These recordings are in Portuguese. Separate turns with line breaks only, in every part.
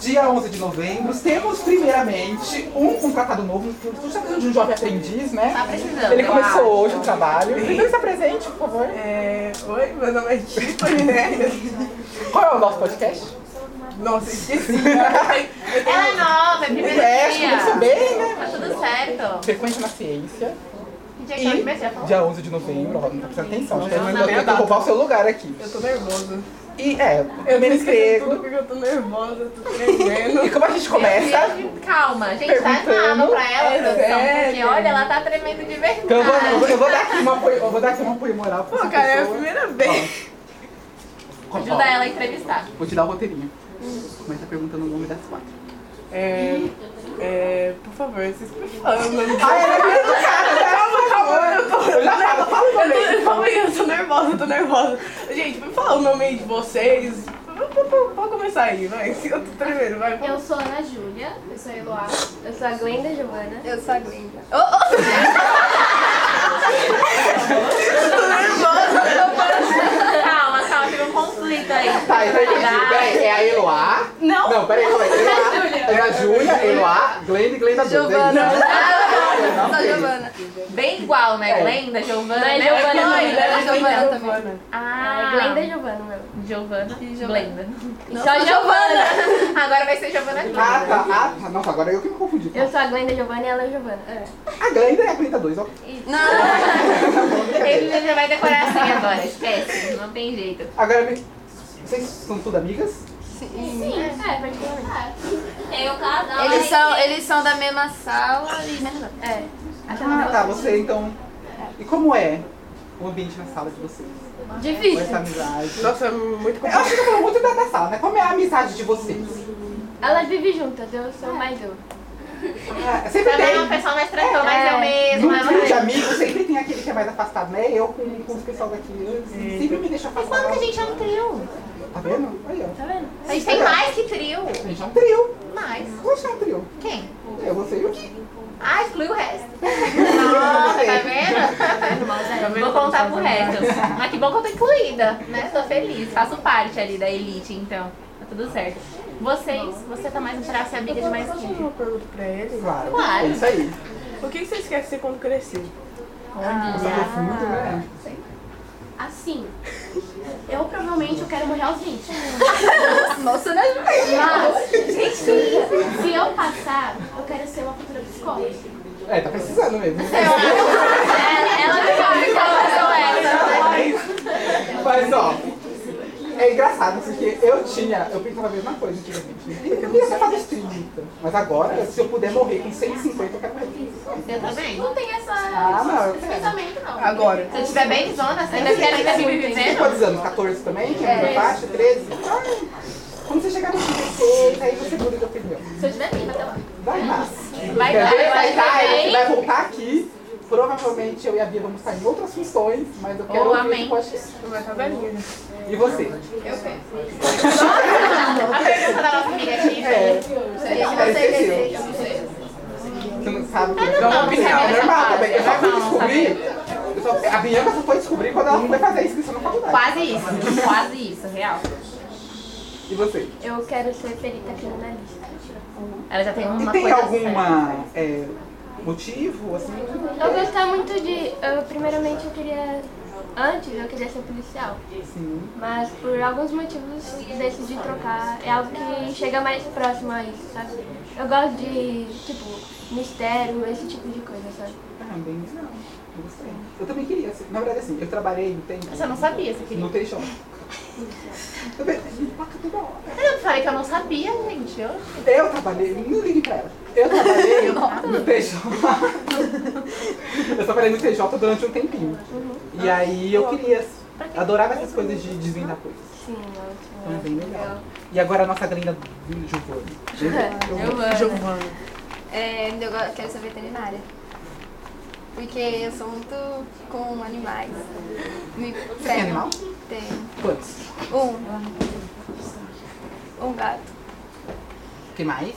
Dia 11 de novembro, temos primeiramente um, um catado novo, tu está precisando de um jovem aprendiz, né?
Tá precisando,
Ele
eu
começou
acho.
hoje o trabalho. Primeiro se apresente, por favor.
É, oi, meu nome é Tiffany, né?
Qual é o nosso podcast?
Nossa, esqueci.
Ela é nova, é primeiro
Investe,
dia.
começou bem, né?
Tá tudo certo.
Frequência na ciência.
Que dia que é o aniversário?
E dia 11 de novembro, ó, não tá prestando atenção, acho que
Não,
eu
não,
ainda tenta
não.
roubar o seu lugar aqui.
Eu tô nervosa.
E é,
Eu
primeiro
esqueci tudo
emprego.
porque eu tô nervosa, tô
E
tremendo.
como a gente começa,
Calma, gente, dá nada
Perguntando.
pra ela,
É
produção, porque
sério.
olha, ela tá tremendo de verdade.
Então eu vou, eu vou- eu vou dar aqui uma apoio, eu vou dar aqui um apoio moral pra
Pô,
essa
cara, é a
pessoa.
primeira vez.
Ó, ó,
assim Ajuda ela Hum. a entrevistar.
Vou te dar o roteirinho. Começa tá perguntando o nome das quatro.
É, é, por favor, vocês me falam o nome
Ah, ela é bem educada, né?
Calma, calma, eu tô,
Eu já falo, fala o
eu
nome.
tô, calma aí, eu tô nervosa, eu tô nervosa. Gente, me fala o nome aí de vocês. Pode começar aí, vai. Eu tô tremendo, vai.
Eu sou a Ana Júlia. Eu sou a Eloá. Eu sou a Glenda Giovana. Eu sou a Glenda.
Calma, calma, teve um conflito aí.
Tá, então entendi. Peraí, é a Eloá. Não. Não, peraí, calma aí. Eloá. É a Júlia, Eloá, Glenda e Glenda é Duda.
Sou a Giovana.
Bem igual, né?
É.
Glenda, Giovana,
é
né?
Giovana,
Oi,
não,
Glenda, Giovana.
é Giovana também.
Giovana.
Ah,
Ah, Glenda e Giovana, não.
Giovana.
Giovana.
Glenda.
Não,
Só
sou
Giovana. Agora vai ser Giovana
Ah,
Glenda.
tá, ah, tá. Nossa, agora eu que me confundi.
Eu sou a Glenda Giovana e ela é a Giovana. É.
A Glenda é a Glenda 2, ó.
Ele já vai decorar assim agora, esquece. Não tem jeito.
Agora, me- vocês são tudo amigas?
Sim, é, particularmente.
Tem o casal.
Eles são, eles são da mesma sala e mesma
É.
Ah, tá, você então. E como é o ambiente na sala de vocês? Com
Difícil.
essa amizade?
Nossa, é muito complicado.
Ela fica falando muito da, da sala, né? Como é a amizade de vocês?
Elas vivem juntas, eu sou mais eu.
Ah, sempre
Também é uma
tem.
pessoa mais tranquila, mas
É.
eu mesmo. né,
No grupo de
ela-
amigos, sempre tem aquele que é mais afastado, né? Eu com, com os pessoal daqui. eu sempre me deixa
Mas
afastado.
quando que a gente é um trio?
Tá vendo? Aí, ó.
Tá vendo?
A gente tem mais que trio.
A gente é um trio.
Mais.
Eu acho que é um trio.
Quem?
Eu, você e o Gui.
Ah, exclui o resto. Nossa, tá
Tá
vendo?
vendo
Vou
como
contar
são
pro
as
resto. Mas que bom que eu tô incluída, né? Tô feliz. Faço parte ali da elite, então. Tá tudo certo. Vocês, você tá mais pra ser amiga de mais
Posso fazer
quem?
uma pergunta pra ele?
Claro.
Claro.
É isso aí.
O que que vocês querem ser quando crescer?
Ah.
Você é profundo, né?
Assim, eu provavelmente eu quero morrer aos 20.
Nossa, né?
Mas, gente, se eu passar, eu quero ser uma futura psicóloga.
É, tá precisando mesmo.
É, Ela, ela não sabe qual é essa, né?
Mas ó, é engraçado porque eu tinha, eu pensava a mesma coisa antigamente. Eu queria ser fazer os 30. Mas agora, se eu puder morrer com 150, eu quero morrer com 150.
Eu também.
Não tem essa,
Ah, não, eu
esse
quero.
pensamento, não.
Agora.
Se eu tiver bem zona, você ainda quer ainda me
Tem
vivendo?
quantos anos? 14 também? Que é a minha faixa? 13? Ai, quando você chegar nos 36, aí você muda de opinião.
Se eu tiver bem, até lá.
Vai lá.
Vai
Quer
lá,
ver?
vai
Vai lá,
também.
a gente vai voltar aqui. Provavelmente eu e a Bia vamos estar em outras funções, mas eu quero
Oh,
ouvir
amém.
esse podcast.
Você vai estar velhinha. né?
E você?
A pergunta da nossa amiga Tiffany.
É,
Seria que
Era
você
esquecido.
deseja.
você não sabe o que
não,
é.
não
É
sabia
normal também.
dessa
Eu só fui
parte, eu não sabia.
descobrir. eu só- A Bianca só foi descobrir quando ela foi fazer a inscrição na faculdade.
Quase isso, quase isso, real.
E você?
Eu quero ser perita criminalista.
Ela já tem uma
E tem
coisa certa.
alguma é, motivo, assim?
Eu gostava muito de. eu, primeiramente, eu queria. Antes eu queria ser policial.
Sim.
Mas por alguns motivos decidi trocar. É algo que chega mais próximo a isso, sabe? Eu gosto de, tipo, mistério, esse tipo de coisa, sabe?
Ah, bem legal. Eu gostei. Eu também queria ser. Na verdade, assim, eu trabalhei um tempo
Mas eu não sabia, você queria.
no Teixão. Eu pensei, me paca toda hora.
Eu falei que eu não sabia, gente. Eu...
Eu trabalhei, não ligue pra ela. Eu trabalhei no TJ. eu trabalhei no TJ durante um tempinho. E
Ah,
aí eu queria, adorava essas coisas de desvendar coisas.
Sim, ótimo.
Então é bem legal. E agora a nossa grinda do Giovanni.
Giovana.
É, eu go- quero ser veterinária. Porque eu sou muito com animais. Me
Tem
pegam.
é animal?
Tem
Quantos?
um. Um gato.
que mais?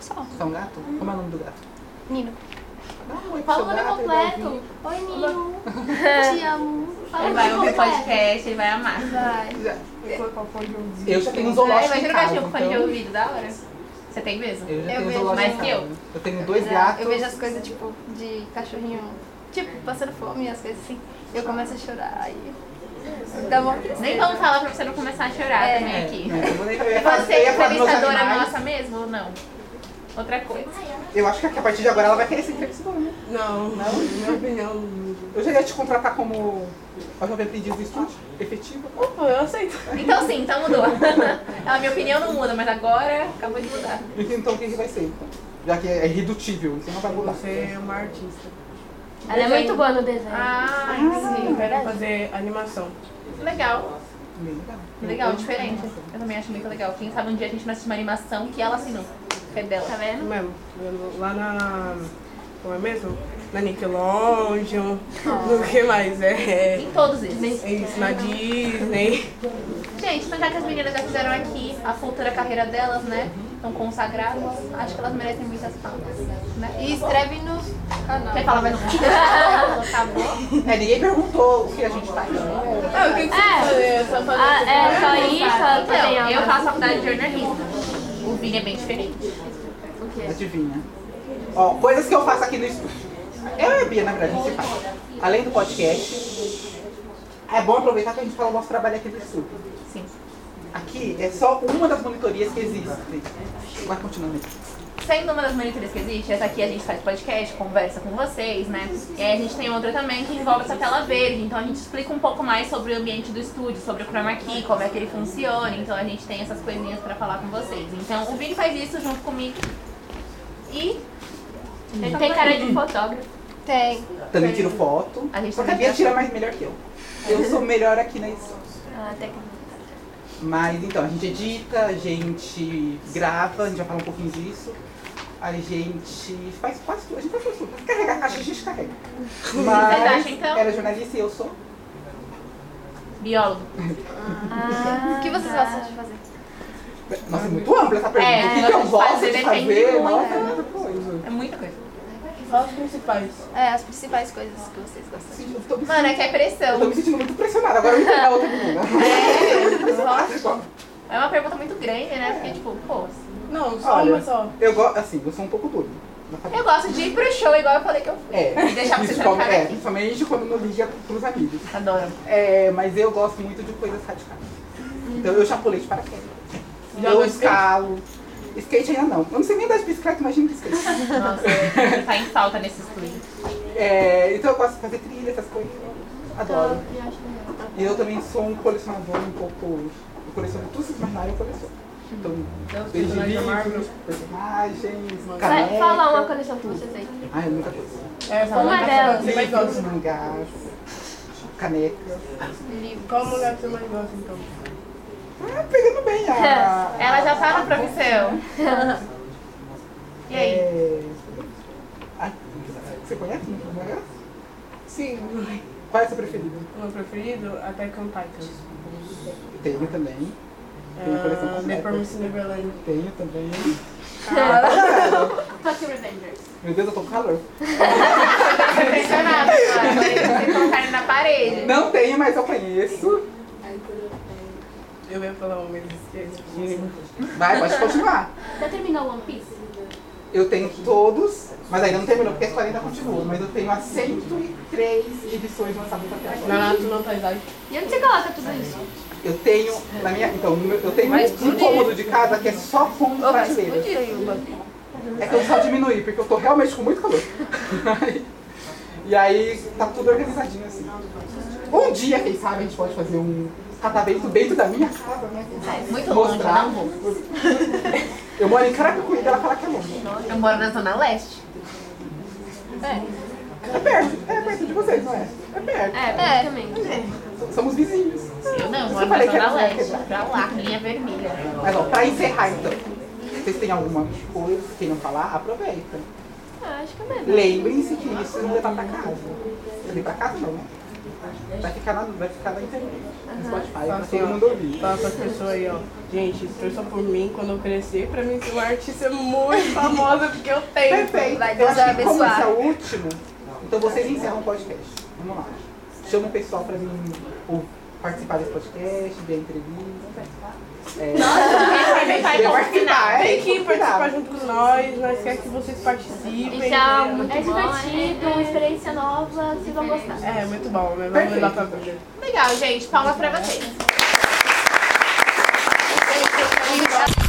só.
Você é um gato? Como é o nome do gato?
Nino,
Dá um oi pro
Fala
seu
o nome
gato, ele vai ouvir.
completo. Oi, Nino.
te amo. Fala
Ele vai
é
de
é.
ouvir o
completo.
podcast, ele vai amar.
Vai.
Já-
Vou colocar o fone de ouvido.
Eu já tenho um
É,
zoológico
Imagina
em
o
casa,
cachorro com fone de
então-
ouvido, da hora. Você tem mesmo?
Eu já
Eu
tenho um
vejo
zoológico em
mais que
casa.
eu.
Eu tenho dois
Não,
gatos.
Né? Eu vejo as coisas, tipo, de cachorrinho, tipo, passando fome, as coisas assim. Eu começo a chorar, aí dá uma tristeza.
Nem vamos falar pra você não começar a chorar
É.
também
É,
aqui.
né, eu vou- eu ia falar-
Você
eu
é
ia falar dos meus
entrevistadora
animais.
nossa mesmo ou não? Outra coisa.
Eu acho que a partir de agora ela vai querer ser entrevistadora. né?
Não, não, minha opinião.
Eu já ia te contratar como a jovem aprendiz do estúdio, efetiva.
Opa, eu aceito.
Então sim, então mudou. A minha opinião não muda, mas agora acabou de mudar.
Então o que que vai ser? então? Já que é irredutível, isso não vai mudar.
Você é uma artista.
Ela é muito boa no desenho.
Ah,
Sim, quero
verdade.
fazer animação.
Legal.
Meio legal.
Legal, diferente. Eu também acho muito legal. Quem sabe um dia a gente não assiste uma animação que ela assinou. Que é dela.
Tá vendo?
Mesmo. Lá na. Como é mesmo? Na Nickelodeon. No que mais? É.
Em todos eles.
é isso, na Disney.
Gente, mas já que as meninas já fizeram aqui a futura carreira delas, né? Estão consagradas. Acho que elas merecem muitas palmas. Né?
E escreve no canal.
Quer falar mais um pouco? Acabou.
É, ninguém perguntou o que a gente tá aqui. né?
Ah, o que, que você
É.
vai fazer? Só fazer
Ah, é só isso, ela
Então,
também é
eu faço faculdade de jornalismo. O Vini é bem diferente.
o quê?
Adivinha. Ó, coisas que eu faço aqui no estúdio. Eu e a Bia, na verdade, a gente faz. Além do podcast, é bom aproveitar que a gente fala o nosso trabalho aqui no estúdio.
Sim.
Aqui é só uma das monitorias que existem. Vai continuando aí.
Sendo uma das monitorias que existe, essa aqui a gente faz podcast, conversa com vocês, né? E aí a gente tem outra também que envolve essa tela verde, então a gente explica um pouco mais sobre o ambiente do estúdio, sobre o chroma key, como é que ele funciona, então a gente tem essas coisinhas pra falar com vocês. Então o Vini faz isso junto comigo e
Ele tem cara de fotógrafo.
Tem.
Também tiro foto.
A gente
porque a
também
Bia
tira
tira mais melhor que eu. Eu sou melhor aqui na edição.
Ah, técnica.
Mas então, a gente edita, a gente grava, a gente vai falar um pouquinho disso. A gente faz quase tudo, a gente faz quase tudo. Carrega a caixa, a gente carrega.
Vocês
Mas
acham, então?
ela é jornalista e eu sou.
biólogo.
Ah,
O que vocês
tá.
gostam de fazer?
Nossa, é muito ampla essa pergunta.
É,
o que, que eu
gosto de
gosto
fazer,
de
depende
fazer?
muito,
Nossa, é
né?
muita coisa.
É muita coisa.
Só os principais.
É, as principais coisas que vocês gostam.
Assim, eu tô me-
Mano, é que é
Eu tô
pressão.
me sentindo muito pressionada, agora eu vou pegar outra menina.
É uma pergunta muito grande, né? Porque, tipo, pô,
Não, só
Olha,
uma só.
eu gosto, assim, eu sou um pouco duro.
Eu gosto de ir pro show, igual eu falei que eu fui.
É,
E deixar vocês
isso como-
trancarem
é,
aqui.
principalmente quando não liga pros amigos.
Adoro.
É, mas eu gosto muito de coisas radicais. Então eu já pulei de paraquedas.
Já
eu
andou de skate?
escalo. Skate ainda não. Eu não sei nem andar de bicicleta, imagina de skate.
Nossa, ele tá em falta nesse estúdio.
É, então eu gosto de fazer trilha, essas coisas. Adoro.
Então, eu acho legal.
E eu também sou um colecionador um pouco. Eu coleciono tudo que vocês imaginarem, eu coleciono. Então,
Deus,
desde
personagens da
livros, personagens,
Vai,
caneca.
fala uma coleção que vocês aí.
Ai, é muita coisa.
É, só
Uma
uma
delas.
Você mais
Livros,
gosta.
mangás, canecas.
Livro.
Qual mulher que você mais gosta, então?
Ah, pegando bem a.
É.
Ela já tá na profissão. E aí?
É... Ah, você conhece muito o mangá?
Sim,
Qual é o seu preferido?
o meu preferido, Attack on Titan.
Tenho também. Tem a coleção
Ah, The
completa.
Promised Neverland.
Tenho também.
Tokyo Revengers.
Meu Deus, eu tô com calor.
Eu tô Tá impressionada, cara. Vocês colocarem na parede.
Não tenho, mas eu conheço.
Eu ia falar um mês esquerdo.
Vai, pode continuar.
Já terminou One Piece?
Eu tenho todos, mas ainda não terminou porque as 40 continuam. Mas eu tenho as 103 edições lançadas até agora.
Nanato não faz idade.
E onde você coloca tudo isso?
Eu tenho, na minha. Então, no meu- eu tenho
Vai
um
explodir.
cômodo de casa que é só com
Ô, vai
prateleiras.
explodir aí o bagulho.
É que eu só diminuí, porque eu tô realmente com muito calor. e aí tá tudo organizadinho assim. Um dia, quem sabe, a gente pode fazer um catavento dentro da minha casa, né?
É, Muito longe,
Mostrar.
não vou.
Eu moro em Carapicuíba, ela fala que é longe.
Eu moro na Zona Leste.
É perto, é perto de vocês, não é? É perto.
É, praticamente.
Somos vizinhos.
Eu não, eu
Você
moro na
falei que
Zona
era
Leste. Pra lá, linha vermelha.
Mas ó, pra encerrar então, vocês têm alguma coisa que queiram falar? Aproveita.
Ah, acho que é mesmo.
Lembrem-se que isso não levar pra casa. Levar pra casa não, né? Vai ficar na, vai ficar na internet. No Spotify, pra
Faça-
todo mundo ouvir.
Fala pras pessoas aí, ó. Gente, torçam por mim quando eu crescer, pra mim ser uma artista é muito famosa, porque eu tenho.
Perfeito.
Vai
Eu
Deus
acho que como
abençoar.
esse é o último, então vocês encerram o podcast. Vamos lá. Chama o pessoal pra mim ou participar desse podcast, ver a entrevista. É,
Quem vai
ver
participar?
é,
Tem que
convidar.
participar junto com nós, nós queremos que vocês participem.
Isso é
né?
muito divertido, uma experiência nova, vocês vão gostar.
É, muito bom, né? Vamos levar pra vida.
Legal, gente. Palmas pra vocês.
Obrigada.